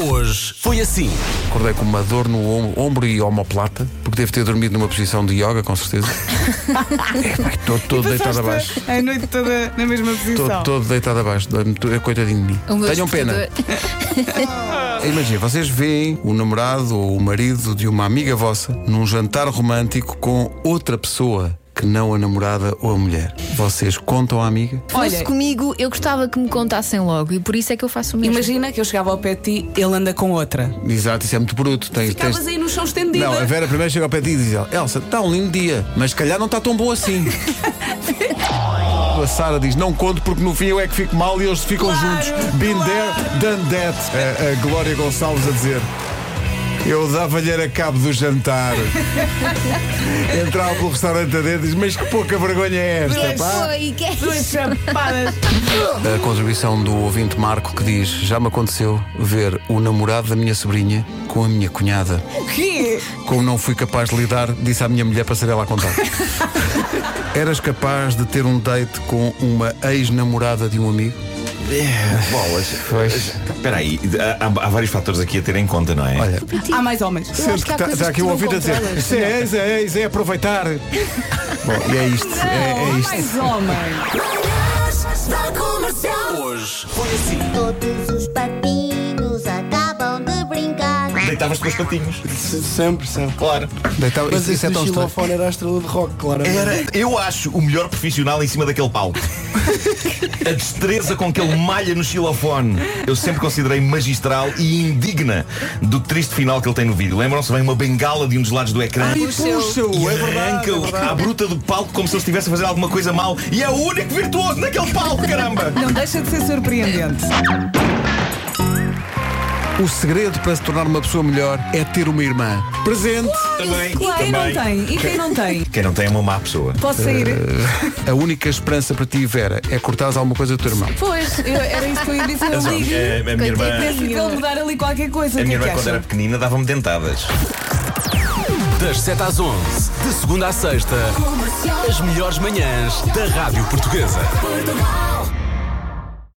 hoje foi assim. Acordei com uma dor no om- ombro e omoplata, porque devo ter dormido numa posição de yoga, com certeza. Estou todo deitado abaixo. A noite toda na mesma posição. Estou todo deitado abaixo. Dói-me tu- Coitadinho de mim. O meu Tenham pena. despertador- Imagina, vocês veem o namorado ou o marido de uma amiga vossa num jantar romântico com outra pessoa que não a namorada ou a mulher. Vocês contam à amiga? Fosse comigo, eu gostava que me contassem logo e por isso é que eu faço o mesmo. Imagina que eu chegava ao pé de ti, ele anda com outra. Exato, isso é muito bruto. Tens, Estavas tens- aí no chão estendida. é Não, a Vera primeiro chega ao pé de ti e diz: Elsa, está um lindo dia, mas se calhar não está tão bom assim. A Sara diz: Não conto porque no fim eu é que fico mal e eles ficam Claro, juntos. Been claro. there, done that. A, a Glória Gonçalves a dizer: Eu dava-lhe era cabo do jantar. Entrava pelo restaurante a dedo e diz: Mas que pouca vergonha é esta, pá? Oi, que é isso? Duas chapadas. A contribuição do ouvinte Marco que diz: Já me aconteceu ver o namorado da minha sobrinha com a minha cunhada. O quê? Como não fui capaz de lidar, disse à minha mulher para ser ela a contar. Eras capaz de ter um date com uma ex-namorada de um amigo? Bolas. Espera aí, há, há- há vários fatores aqui a ter em conta, não é? Olha, Há mais homens. Eu acho que há tá- coisas tá que tu não ouvinte controlas. Isso é ex, é ex, é aproveitar. Bom, e é isto. é, é Há isto. mais homens. Manhãs da Comercial. assim. Todos os patinhos acabam de brincar. Deitavas-te com os patinhos. Sempre, sempre. Claro. Deitava- Mas isso, esse isso é tão estranho. xilofone era a estrela de rock, claro. Era, eu acho, o melhor profissional em cima daquele palco. A destreza com que ele malha no xilofone Eu sempre considerei magistral e indigna Do triste final que ele tem no vídeo Lembram-se bem uma bengala de um dos lados do ecrã Ai, puxa-o, é E verdade, é arranca-o à bruta do palco Como se ele estivesse a fazer alguma coisa mal E é o único virtuoso naquele palco, caramba Não deixa de ser surpreendente. O segredo para se tornar uma pessoa melhor é ter uma irmã. Presente. Também, E quem não também. tem? E quem não tem? Quem não tem é uma má pessoa Posso sair? Eh. A única esperança para ti, Vera, é cortares alguma coisa do teu irmão. Pois, eu- era isso que eu ia dizer. Eu ligo. É, a minha irmã, Penso que ele mudar ali qualquer coisa. a O que minha é que irmã quando era acha? pequenina dava-me dentadas é? Das 7 às 11, de segunda à sexta, as melhores manhãs da Rádio Portuguesa. Portugal.